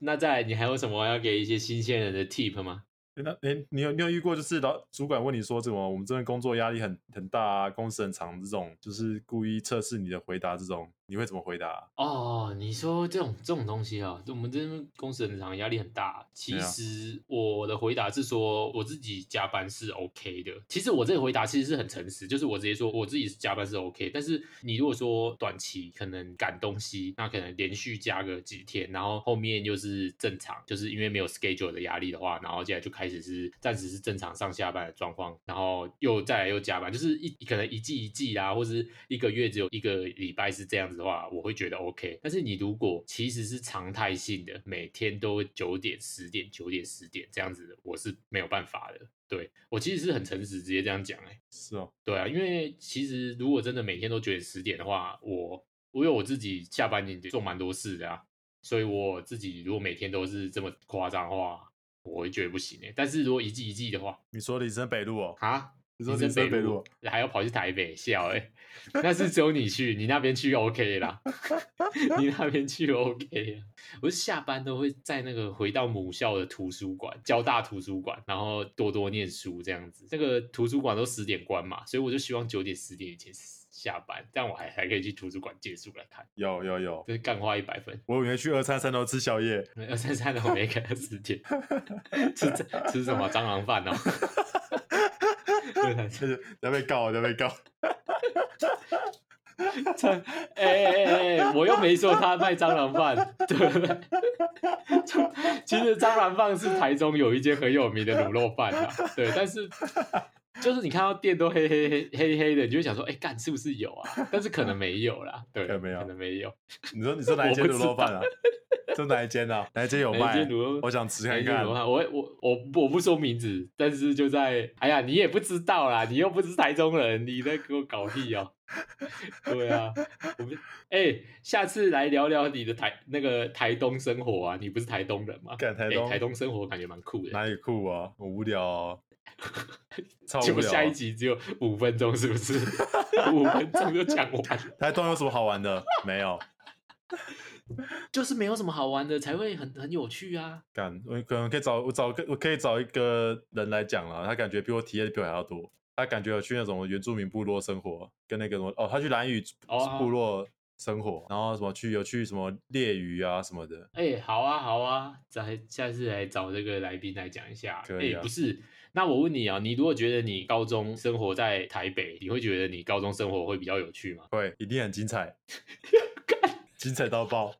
Speaker 1: 那再来，你还有什么要给一些新鲜人的 tip 吗？
Speaker 2: 诶那哎、你有你有遇过就是老主管问你说什么？我们这边工作压力很很大啊，工时很长，这种就是故意测试你的回答，这种你会怎么回答啊、
Speaker 1: 哦，你说这种这种东西啊，我们这边公司很长，压力很大。其
Speaker 2: 对啊
Speaker 1: 实我的回答是说，我自己加班是 OK 的。其实我这个回答其实是很诚实，就是我直接说我自己是加班是 OK。但是你如果说短期可能赶东西，那可能连续加个几天，然后后面又是正常，就是因为没有 schedule 的压力的话，然后接下来就开始是暂时是正常上下班的状况，然后又再来又加班，就是一可能一季一季啊啦，或是一个月只有一个礼拜是这样子的话，我会觉得 OK。但是你如果其实是常态性的，每天都九点、十点、九点、十点这样子的，我是没有办法的。对我其实是很诚实，直接这样讲、欸，
Speaker 2: 是哦，
Speaker 1: 对啊，因为其实如果真的每天都九点十点的话，我我有我自己下半年做蛮多事的啊，所以我自己如果每天都是这么夸张的话，我会觉得不行诶、但是如果一季一季的话，
Speaker 2: 你说林森北路哦，
Speaker 1: 啊，
Speaker 2: 你说
Speaker 1: 林
Speaker 2: 林森
Speaker 1: 北
Speaker 2: 北路，哦啊
Speaker 1: 还要跑去台北，笑诶、那是只有你去，你那边去 OK
Speaker 2: *laughs*
Speaker 1: 啦，你那边去 OK 啊。我是下班都会在那个回到母校的图书馆，交大图书馆，然后多多念书这样子。那个图书馆都十点关嘛，所以我就希望九点十点以前下班，但我还还可以去图书馆借书来看，
Speaker 2: 有有有，
Speaker 1: 这是干花一百分。
Speaker 2: 我以为去二三三楼吃宵夜， *laughs*
Speaker 1: 二三三的我没给他时间， *laughs* 吃吃什么蟑螂饭哦？ *laughs* 二三
Speaker 2: 就是要被告，要被
Speaker 1: *laughs*
Speaker 2: 告。
Speaker 1: 三， *laughs* 哎哎哎哎，我又没说他卖蟑螂饭， *laughs* 对不对？就 *laughs* 其实蟑螂饭是台中有一间很有名的卤肉饭啊，对，但是就是你看到店都黑黑黑黑黑的，你就会想说，哎、干是不是有啊？但是可能没有啦，对，
Speaker 2: 可能没有
Speaker 1: 可能没有。
Speaker 2: 你说你说哪一间卤肉饭啊？ *laughs* 这哪一间啊？哪一间有
Speaker 1: 哪一
Speaker 2: 卖
Speaker 1: 哎间？卤肉
Speaker 2: 我想吃
Speaker 1: 哎
Speaker 2: 看
Speaker 1: 你怎
Speaker 2: 看
Speaker 1: 么。看我我我不我不说名字，但是就在哎呀，你也不知道啦，你又不是台中人，你在给我搞屁哦、对啊，我们哎、下次来聊聊你的台那个台东生活啊，你不是台东人吗？
Speaker 2: 干台
Speaker 1: 哎
Speaker 2: 东
Speaker 1: 台东生活感觉蛮酷的。
Speaker 2: 哪里酷啊？我无聊
Speaker 1: *laughs*
Speaker 2: 啊，超
Speaker 1: 结
Speaker 2: 无
Speaker 1: 果
Speaker 2: 聊
Speaker 1: 下一
Speaker 2: 啊。
Speaker 1: 集只有五分钟，是不 *laughs* 是？五分钟就讲完，
Speaker 2: 台东有什么好
Speaker 1: *laughs*
Speaker 2: 玩的？没有。
Speaker 1: 就是没有什么好玩的，才会很很有趣啊。
Speaker 2: 干，我可能可以找我找个我可以找一个人来讲啦，他感觉比我体验比我还要多。他感觉有去那种原住民部落生活，跟那个什么哦，他去兰屿
Speaker 1: 哦
Speaker 2: 部落生活，然后什么去有去什么猎鱼啊什么的。
Speaker 1: 哎、好啊，好啊，再下次来找这个来宾来讲一下。哎、
Speaker 2: 可以啊
Speaker 1: 不是，那我问你啊，你如果觉得你高中生活在台北，你会觉得你高中生活会比较有趣吗？ *laughs*
Speaker 2: 会，一定很精彩，精彩到爆！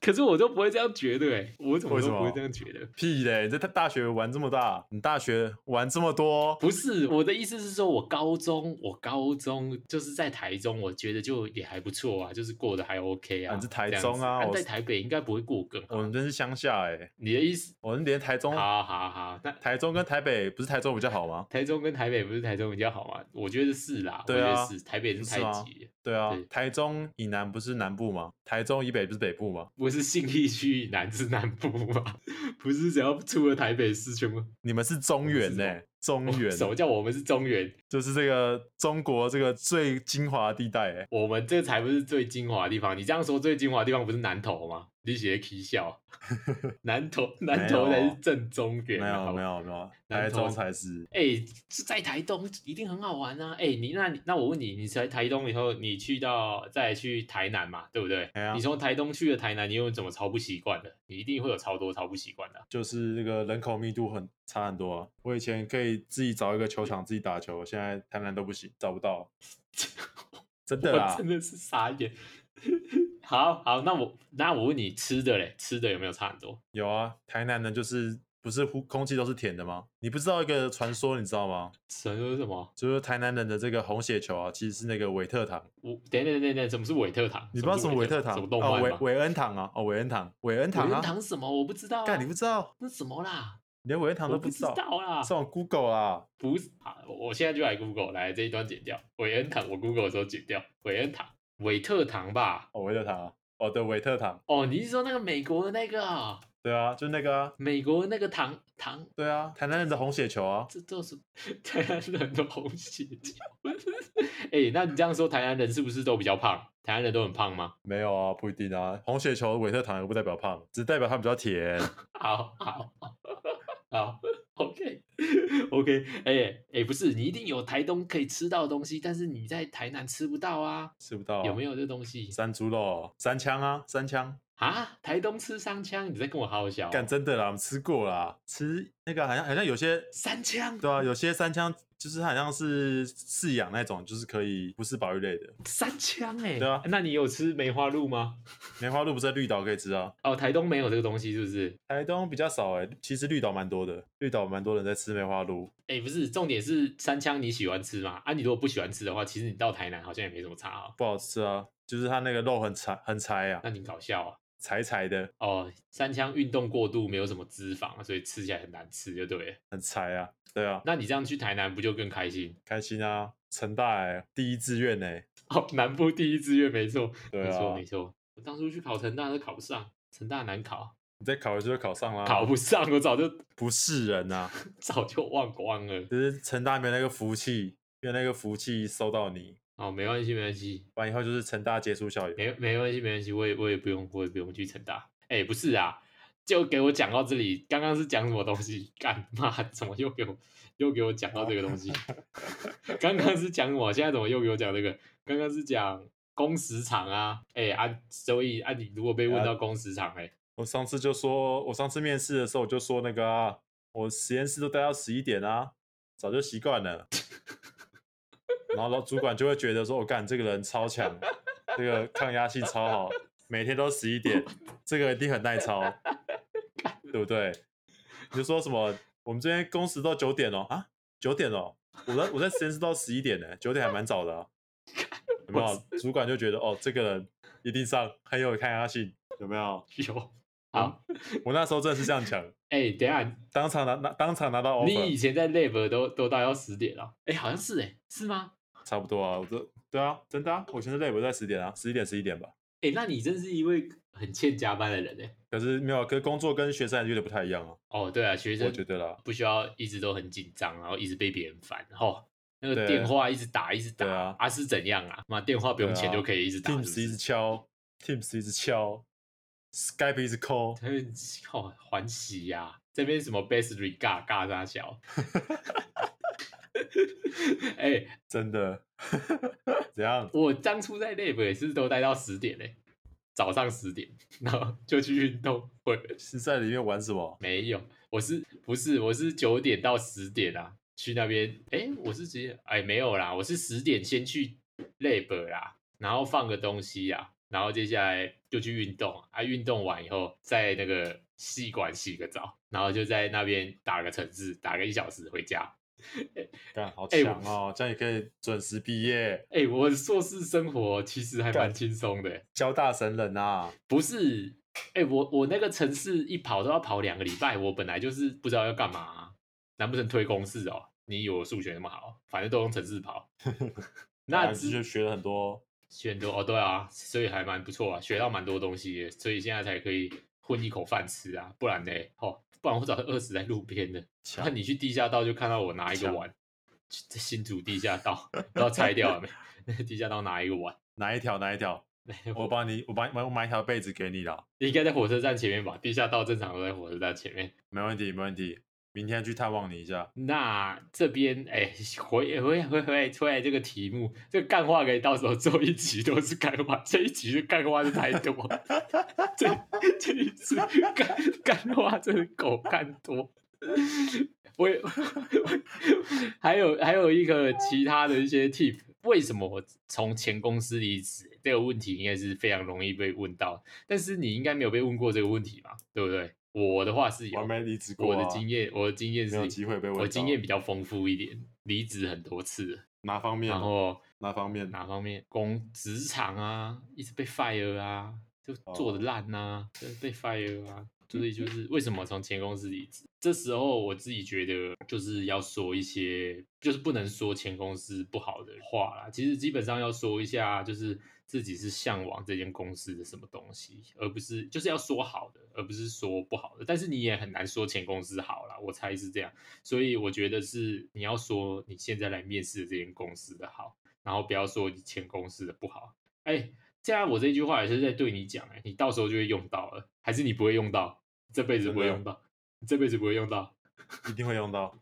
Speaker 1: 可是我都不会这样觉得、哎，我怎么
Speaker 2: 为
Speaker 1: 都
Speaker 2: 什么
Speaker 1: 不会这样觉得？
Speaker 2: 屁嘞！你在大大学玩这么大，你大学玩这么多，
Speaker 1: 不是我的意思是说，我高中，我高中就是在台中，我觉得就也还不错啊，就是过得还 OK 啊。
Speaker 2: 啊你是台
Speaker 1: 这样子
Speaker 2: 中啊我
Speaker 1: 在
Speaker 2: 是
Speaker 1: 台北应该不会过更好。
Speaker 2: 我们真是乡下哎、
Speaker 1: 你的意思？
Speaker 2: 我们连台中、
Speaker 1: 好好好，那
Speaker 2: 台中跟台北不是台中比较好吗？
Speaker 1: 台中跟台北不是台中比较好吗？我觉得是啦，
Speaker 2: 对
Speaker 1: 我
Speaker 2: 啊
Speaker 1: 觉得是台北是
Speaker 2: 不
Speaker 1: 太
Speaker 2: 是吗
Speaker 1: 挤了。
Speaker 2: 对啊，
Speaker 1: 对
Speaker 2: 台中以南不是南部吗？台中以北不是北部吗？
Speaker 1: 不是信义区以南是南部吧？ *laughs* 不是只要出了台北市，全部
Speaker 2: 你们是中原呢、中原哦
Speaker 1: 什么叫我们是中原？
Speaker 2: 就是这个中国这个最精华的地带、欸，
Speaker 1: 我们这才不是最精华的地方。你这样说最精华的地方不是南投吗？你写的 K 笑， *laughs* 南投南投才是正中原，
Speaker 2: 哦没
Speaker 1: 好
Speaker 2: 有
Speaker 1: 不
Speaker 2: 没
Speaker 1: 好。
Speaker 2: 有没有，
Speaker 1: 南
Speaker 2: 台
Speaker 1: 投
Speaker 2: 中才是
Speaker 1: 哎、在台东一定很好玩啊！哎、你那你那我问你，你在台东以后，你去到再去台南嘛，对不对？
Speaker 2: 哎呀
Speaker 1: 你从台东去了台南，你又怎么超不习惯的？你一定会有超多超不习惯的啊、
Speaker 2: 就是那个人口密度很差很多啊。我以前可以自己找一个球场自己打球，现在台南都不行，找不到， *laughs* 真的啦
Speaker 1: 我。真的是傻眼。好好，那我那我问你，吃的嘞，吃的有没有差很多？
Speaker 2: 有啊，台南呢就是不是呼空气都是甜的吗？你不知道一个传说，你知道吗？
Speaker 1: 什么什么？
Speaker 2: 就是台南人的这个红血球啊，其实是那个韦特糖。
Speaker 1: 我等等等等，什么是韦特糖？
Speaker 2: 你不知道什么韦特
Speaker 1: 糖？
Speaker 2: 糖
Speaker 1: 什么动
Speaker 2: 哦，
Speaker 1: 漫
Speaker 2: 韦
Speaker 1: 吗？
Speaker 2: 韦恩糖啊，哦，韦恩糖，韦恩糖
Speaker 1: 韦
Speaker 2: 啊，
Speaker 1: 恩糖什么？我不知道、啊。
Speaker 2: 干你不知道，
Speaker 1: 那什么啦？
Speaker 2: 你连韦恩糖
Speaker 1: 我
Speaker 2: 都
Speaker 1: 不
Speaker 2: 知道，
Speaker 1: 啦。
Speaker 2: 上网 Google 啊，
Speaker 1: 不是，好我我现在就来 Google，来这一段剪掉。韦恩糖，我 Google 的时候剪掉。韦恩糖，韦特糖吧？
Speaker 2: 哦，韦特糖啊，哦，对，韦特糖，
Speaker 1: 哦，你是说那个美国的那个啊、
Speaker 2: 对啊，就那个啊，
Speaker 1: 美国的那个糖糖？
Speaker 2: 对啊，台南人的红血球啊，
Speaker 1: 这都是台南人的红血球。 *laughs* 哎、那你这样说，台南人是不是都比较胖？台南人都很胖吗？
Speaker 2: 没有啊，不一定啊，红血球韦特糖又不代表胖，只代表它比
Speaker 1: *laughs*
Speaker 2: 较甜，
Speaker 1: 好好好，OK *laughs* OK，哎、哎、不是，你一定有台东可以吃到的东西，但是你在台南吃不到啊，
Speaker 2: 吃不到、啊，
Speaker 1: 有没有这东西
Speaker 2: 山猪肉、三枪啊，三枪。
Speaker 1: 啊？台东吃三枪，你在跟我好好笑、哦
Speaker 2: 干真的啦，我们吃过啦，吃那个好像好像有些
Speaker 1: 三枪，
Speaker 2: 对啊，有些三枪就是它好像是饲养那种，就是可以不是保育类的。
Speaker 1: 三枪哎、
Speaker 2: 对啊
Speaker 1: 那你有吃梅花鹿吗？
Speaker 2: 梅花鹿不是在绿岛可以吃啊，
Speaker 1: 哦，台东没有这个东西是不是？
Speaker 2: 台东比较少哎、其实绿岛蛮多的，绿岛蛮多人在吃梅花鹿。
Speaker 1: 哎、不是，重点是三枪你喜欢吃吗？啊，你如果不喜欢吃的话，其实你到台南好像也没什么差哦。
Speaker 2: 不好吃啊，就是它那个肉很柴很柴啊
Speaker 1: 那，你搞笑啊！
Speaker 2: 柴柴的，
Speaker 1: 哦，三枪运动过度，没有什么脂肪，所以吃起来很难吃，就对了。
Speaker 2: 很柴啊。对啊，
Speaker 1: 那你这样去台南不就更开心？ *laughs*
Speaker 2: 开心啊，成大哎、第一志愿哎、
Speaker 1: 哦，南部第一志愿没错，
Speaker 2: 对
Speaker 1: 没错
Speaker 2: 啊
Speaker 1: 没，错。我当初去考成大都考不上，成大难考，啊
Speaker 2: 你再考一次就考上啦、
Speaker 1: 考不上，我早就 *laughs*
Speaker 2: 不是人啊，
Speaker 1: 早就忘光了。
Speaker 2: 只是成大没那个福气，没有那个福气收到你，
Speaker 1: 哦，没关系没关系，
Speaker 2: 不然以后就是成大杰出校友。
Speaker 1: 没没关系没关系，我也我也不用我也不用去成大。哎、不是啊，就给我讲到这里，刚刚是讲什么东西？干嘛？ *laughs* 怎么又给我又给我讲到这个
Speaker 2: *laughs*
Speaker 1: 东西？刚刚是讲我，现在怎么又给我讲这个？刚刚是讲工时长啊，哎、啊，所以啊，你如果被问到工时长、哎、
Speaker 2: 我上次就说，我上次面试的时候我就说那个啊，我实验室都待到十一点啊，早就习惯了。然后老主管就会觉得说，我、哦干这个人超强，这个抗压性超好，每天都十一点，这个一定很耐操，对不对？你就说什么，我们这边工时到九点哦，啊，九点哦，我在我在实验室到十一点呢，九点还蛮早的、啊，有没有？主管就觉得哦，这个人一定上很有抗压性，有没有？
Speaker 1: *laughs* 有好，
Speaker 2: 我那时候真的是这样讲，
Speaker 1: 哎、等一下，
Speaker 2: 当场拿拿当场拿到
Speaker 1: 你以
Speaker 2: offer，
Speaker 1: 前在 lab 都都待到十点了，哎、好像是哎、是吗？
Speaker 2: 差不多啊，我这对啊，真的啊，我现在累，我在十点啊，十一点十一点吧。
Speaker 1: 哎、那你真是一位很欠加班的人哎、
Speaker 2: 可是没有啊，可是工作跟学生还是有点不太一样啊，
Speaker 1: 哦，对啊，学
Speaker 2: 我
Speaker 1: 生
Speaker 2: 觉得啦。
Speaker 1: 不需要一直都很紧张，然后一直被别人烦，吼，那个
Speaker 2: 对
Speaker 1: 电话一直打，一直打，
Speaker 2: 对啊
Speaker 1: 是怎样啊？妈，电话不用
Speaker 2: 对啊
Speaker 1: 钱就可以一直打，
Speaker 2: Teams
Speaker 1: *laughs*
Speaker 2: 一直敲，Teams 一直敲，Skype 一直 call，
Speaker 1: 他们靠欢喜哦呀、这边什么 best regard 尬大小， *laughs* 哎、
Speaker 2: 真的。 *laughs* 怎样？
Speaker 1: 我当初在 lab 也是都待到十点嘞、早上十点，然后就去运动会了。
Speaker 2: 是在里面玩什么？
Speaker 1: 没有，我是不是我是九点到十点啊？去那边，哎，我是直接哎没有啦，我是十点先去 lab 啦，然后放个东西啊，然后接下来就去运动啊，运动完以后在那个戏馆洗个澡，然后就在那边打个城市，打个一小时回家。
Speaker 2: 干好
Speaker 1: 哎
Speaker 2: 强哦、这样也可以准时毕业，
Speaker 1: 哎，我的硕士生活其实还蛮
Speaker 2: 干
Speaker 1: 轻松的、
Speaker 2: 交大神人啊！
Speaker 1: 不是，哎、我我那个城市一跑都要跑两个礼拜，我本来就是不知道要干嘛啊、难不成推公式哦？你以为我数学那么好？反正都用城市跑，那
Speaker 2: 反正就
Speaker 1: 只
Speaker 2: 学了很多，
Speaker 1: 选多哦，对啊，所以还蛮不错啊，学到蛮多东西的，所以现在才可以混一口饭吃啊，不然呢，哦，不然我早就饿死在路边了。那
Speaker 2: 强
Speaker 1: 你去地下道就看到我拿一个
Speaker 2: 强
Speaker 1: 碗，这新竹地下道不知道拆掉了没？ *laughs* 那个地下道拿一个碗，
Speaker 2: 哪一条哪
Speaker 1: *laughs*
Speaker 2: 一条？我帮你，我帮你我买一条被子给你啦，
Speaker 1: 应该在火车站前面吧？地下道正常都在火车站前面。
Speaker 2: 没问题没问题。明天去探望你一下，
Speaker 1: 那这边哎、回回回回回来这个题目，这个干话可以到时候做一集都是干话，这一集的干话是太多， *laughs* 这这一次干干话真的狗干多。我也还有还有一个其他的一些 tip，为什么我从前公司离职这个问题应该是非常容易被问到，但是你应该没有被问过这个问题吧？对不对？我的话是有
Speaker 2: 我还，没离职过、
Speaker 1: 我
Speaker 2: 啊，
Speaker 1: 的经验，我的经验
Speaker 2: 没有
Speaker 1: 是
Speaker 2: 机会被问到。
Speaker 1: 我经验比较丰富一点，离职很多次了，
Speaker 2: 哪方面？
Speaker 1: 然后
Speaker 2: 哪方面？
Speaker 1: 哪方面工职场啊，一直被 fire 啊，就做的烂啊，就被 fire 啊，所以就是为什么从前公司离职？这时候我自己觉得就是要说一些，就是不能说前公司不好的话啦，其实基本上要说一下，就是自己是向往这间公司的什么东西，而不是就是要说好的，而不是说不好的。但是你也很难说前公司好啦，我猜是这样。所以我觉得是你要说你现在来面试的这间公司的好，然后不要说你前公司的不好。哎，这样我这句话也是在对你讲，哎，你到时候就会用到了，还是你不会用到，这辈子不会
Speaker 2: 哦
Speaker 1: 用到，你这辈子不会用到， *laughs*
Speaker 2: 一定会用到，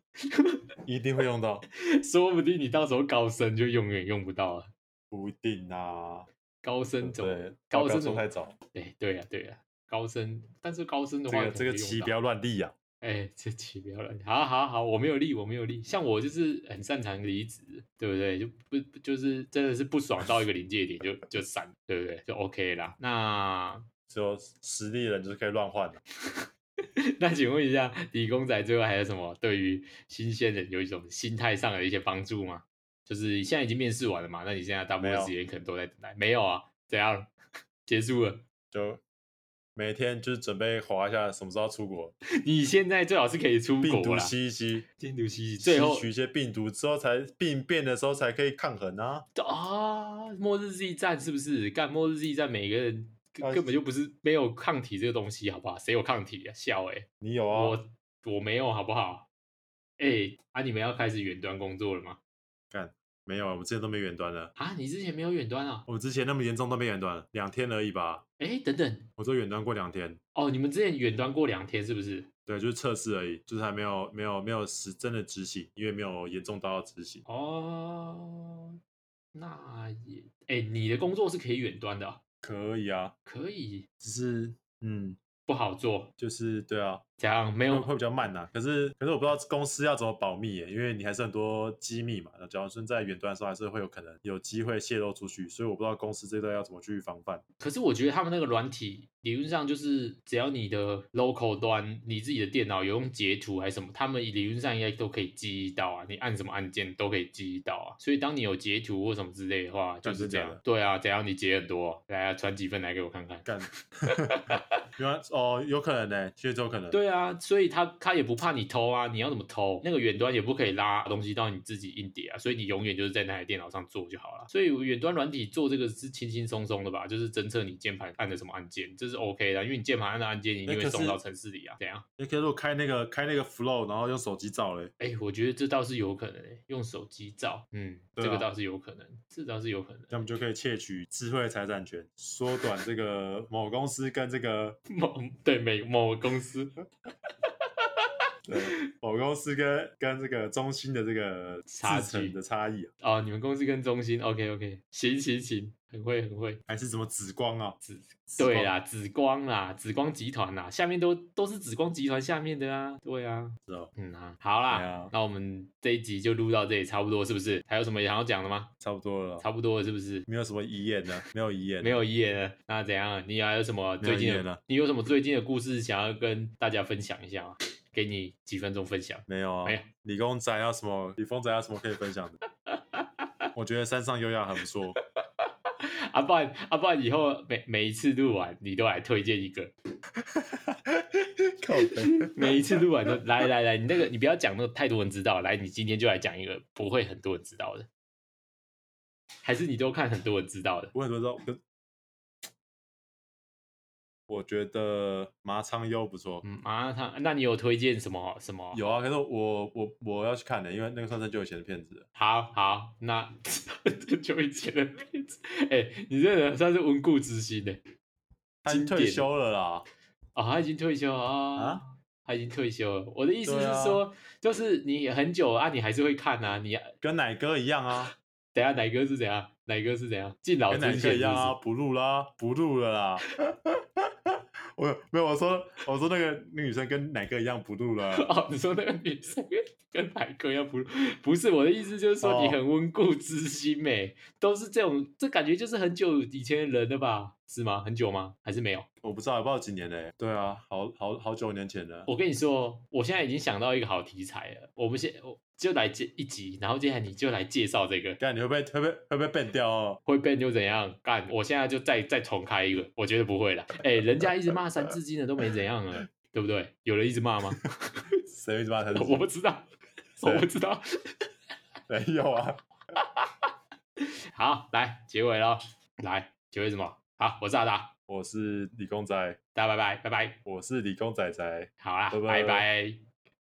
Speaker 2: 一定会用到，
Speaker 1: 说不定你到时候高升就永远用不到了。
Speaker 2: 不一定啊。
Speaker 1: 高升总
Speaker 2: 对，
Speaker 1: 高
Speaker 2: 不要
Speaker 1: 升
Speaker 2: 说
Speaker 1: 总
Speaker 2: 太早，
Speaker 1: 对对呀、对呀、啊高升，但是高升的
Speaker 2: 这
Speaker 1: 话
Speaker 2: 个这个棋
Speaker 1: 棋
Speaker 2: 不要乱立啊。
Speaker 1: 哎，这起不要了。好好好，我没有力，我没有力。像我就是很擅长离职，对不对？就不不就是真的是不爽到一个临界点就就闪，对不对？就 OK 啦。那
Speaker 2: 只有实力人就是可以乱换的。
Speaker 1: *laughs* 那请问一下，理工仔最后还有什么对于新鲜人有一种心态上的一些帮助吗？就是现在已经面试完了嘛，那你现在大部
Speaker 2: 没
Speaker 1: 分
Speaker 2: 有
Speaker 1: 时间可能都在等待，没有啊？怎样？ *laughs* 结束了？
Speaker 2: 就每天就是准备划一下什么时候要出国，
Speaker 1: 你现在最好是可以出
Speaker 2: 病
Speaker 1: 国
Speaker 2: 毒
Speaker 1: 啦，
Speaker 2: 吸一吸，
Speaker 1: 病毒吸，最后
Speaker 2: 吸取一些病毒之后才病变的时候才可以抗衡啊。
Speaker 1: 啊，末日 Z 战是不是？干末日 Z 战，每个人根
Speaker 2: 啊
Speaker 1: 根本就不是没有抗体这个东西，好不好？谁有抗体啊？笑哎、
Speaker 2: 你有啊？
Speaker 1: 我
Speaker 2: 嗯
Speaker 1: 欸我没有，好不好？哎、啊，你们要开始远端工作了吗？
Speaker 2: 没有，我们之前都没远端了，
Speaker 1: 啊，你之前没有远端啊？
Speaker 2: 我们之前那么严重都没远端了，两天而已吧，
Speaker 1: 哎，等等，
Speaker 2: 我都远端过两天。
Speaker 1: 哦，你们之前远端过两天是不是？
Speaker 2: 对，就是测试而已，就是还没有没有没有实真的执行，因为没有严重到要执行。
Speaker 1: 哦，那也，哎，你的工作是可以远端的啊、
Speaker 2: 可以啊，
Speaker 1: 可以
Speaker 2: 只是嗯，
Speaker 1: 不好做，
Speaker 2: 就是对啊，
Speaker 1: 这样没
Speaker 2: 会
Speaker 1: 有
Speaker 2: 会比较慢呐、可是可是我不知道公司要怎么保密耶，因为你还是很多机密嘛。那假如说在远端的时候，还是会有可能有机会泄露出去，所以我不知道公司这段要怎么去防范。
Speaker 1: 可是我觉得他们那个软体理论上就是，只要你的 local 端你自己的电脑有用截图还是什么，他们理论上应该都可以记忆到啊，你按什么按键都可以记忆到啊。所以当你有截图或什么之类的话，就
Speaker 2: 干
Speaker 1: 是
Speaker 2: 真
Speaker 1: 这
Speaker 2: 假
Speaker 1: 样
Speaker 2: 的。
Speaker 1: 对啊，只要你截很多，来啊，传几份来给我看看。
Speaker 2: 干，原来哦，有可能呢，确实有可能。
Speaker 1: 对啊，所以他他也不怕你偷啊，你要怎么偷？那个远端也不可以拉东西到你自己硬碟啊，所以你永远就是在那台电脑上做就好了。所以远端软体做这个是轻轻松松的吧，就是侦测你键盘按的什么按键，这是 OK 的，因为你键盘按的按键一定
Speaker 2: 哎
Speaker 1: 会
Speaker 2: 可
Speaker 1: 送
Speaker 2: 是
Speaker 1: 到城市里啊。怎样？
Speaker 2: 诶，可是我开那个开那个 Flow，然后用手机照嘞，
Speaker 1: 哎、我觉得这倒是有可能、欸，用手机照，嗯，
Speaker 2: 对啊
Speaker 1: 这个倒是有可能，这倒是有可能。
Speaker 2: 那我们就可以窃取智慧财产权，缩短这个某公司跟这个
Speaker 1: 某对每某公司
Speaker 2: 对，某公司跟跟这个中心的这个
Speaker 1: 差
Speaker 2: 制成
Speaker 1: 距
Speaker 2: 的差异、啊，
Speaker 1: 哦，你们公司跟中心，OK OK，行行行，很会很会。
Speaker 2: 还是什么紫光啊？
Speaker 1: 紫
Speaker 2: 紫
Speaker 1: 对
Speaker 2: 光
Speaker 1: 啦，紫光啦，紫光集团啦，下面都都是紫光集团下面的啊，对啊，
Speaker 2: 是哦，
Speaker 1: 嗯啊，好啦，
Speaker 2: 对啊
Speaker 1: 那我们这一集就录到这里，差不多是不是？还有什么想要讲的吗？
Speaker 2: 差不多了啦，
Speaker 1: 差不多了是不是？
Speaker 2: 没有什么遗言的，没有遗言，
Speaker 1: 没有遗言了，那怎样？你还有什么
Speaker 2: 没
Speaker 1: 最
Speaker 2: 有
Speaker 1: 近
Speaker 2: 遗
Speaker 1: 的？
Speaker 2: 言了
Speaker 1: 你有什么最近的故事想要跟大家分享一下吗？给你几分钟分享。
Speaker 2: 没有啊
Speaker 1: 没有，
Speaker 2: 理工宅有什么理工宅有什么可以分享的？ *laughs* 我觉得山上优雅很不错，
Speaker 1: 啊，不然啊，不然以后每每一次录完，你都来推荐一个，
Speaker 2: *laughs* 靠背
Speaker 1: *laughs* 每一次录完都来来来，你那个你不要讲那个太多人知道，来，你今天就来讲一个不会很多人知道的，还是你都看很多人知道的？
Speaker 2: 我很多时候可我觉得麻仓优不错，
Speaker 1: 嗯啊，他那你有推荐什么什么？
Speaker 2: 有啊，可是我我我要去看的、因为那个算是很久以前的片子了。
Speaker 1: 好好，那 *laughs* 这就以前的片子，哎、你这人算是温故知新的
Speaker 2: 他已
Speaker 1: 经
Speaker 2: 经退
Speaker 1: 典
Speaker 2: 休了啦，
Speaker 1: 哦，他已经退休了哦
Speaker 2: 啊
Speaker 1: 他已经退休了。我的意思
Speaker 2: 对啊
Speaker 1: 是说，就是你很久啊，你还是会看啊，你
Speaker 2: 跟奶哥一样啊。
Speaker 1: 等一下，奶哥是怎样？奶哥是怎样？敬老
Speaker 2: 跟
Speaker 1: 尊
Speaker 2: 南哥
Speaker 1: 贤
Speaker 2: 一样啊，
Speaker 1: 是
Speaker 2: 不录啦，不录了啦。 *laughs* 我没有，我说我说那个那女生跟奶哥一样不录 *laughs* 了
Speaker 1: 不是。 *laughs* 哦，你说那个女生跟奶哥要不不是我的意思，就是说你
Speaker 2: 哦
Speaker 1: 很温故知新美、都是这种，这感觉就是很久以前的人了吧？是吗？很久吗？还是没有？
Speaker 2: 我不知道，也不知道几年嘞。对啊，好好好久年前了。
Speaker 1: 我跟你说，我现在已经想到一个好题材了，我们先我就来介一集，然后接下来你就来介绍这个。
Speaker 2: 干，你会被会被会被变掉哦？
Speaker 1: 会变又怎样？干！我现在就再再重开一个，我觉得不会了。哎、人家一直骂三字经的都没怎样了，对不对？有人一直骂吗？ *laughs*
Speaker 2: 谁会把他？
Speaker 1: 我不知道，我不知道。
Speaker 2: *laughs* 没有啊。
Speaker 1: 好，来结尾喽，来结尾什么？好，我是阿达，
Speaker 2: 我是理工仔，
Speaker 1: 大家拜拜，拜拜，
Speaker 2: 我是理工仔仔。
Speaker 1: 好啦，
Speaker 2: 拜拜
Speaker 1: 拜拜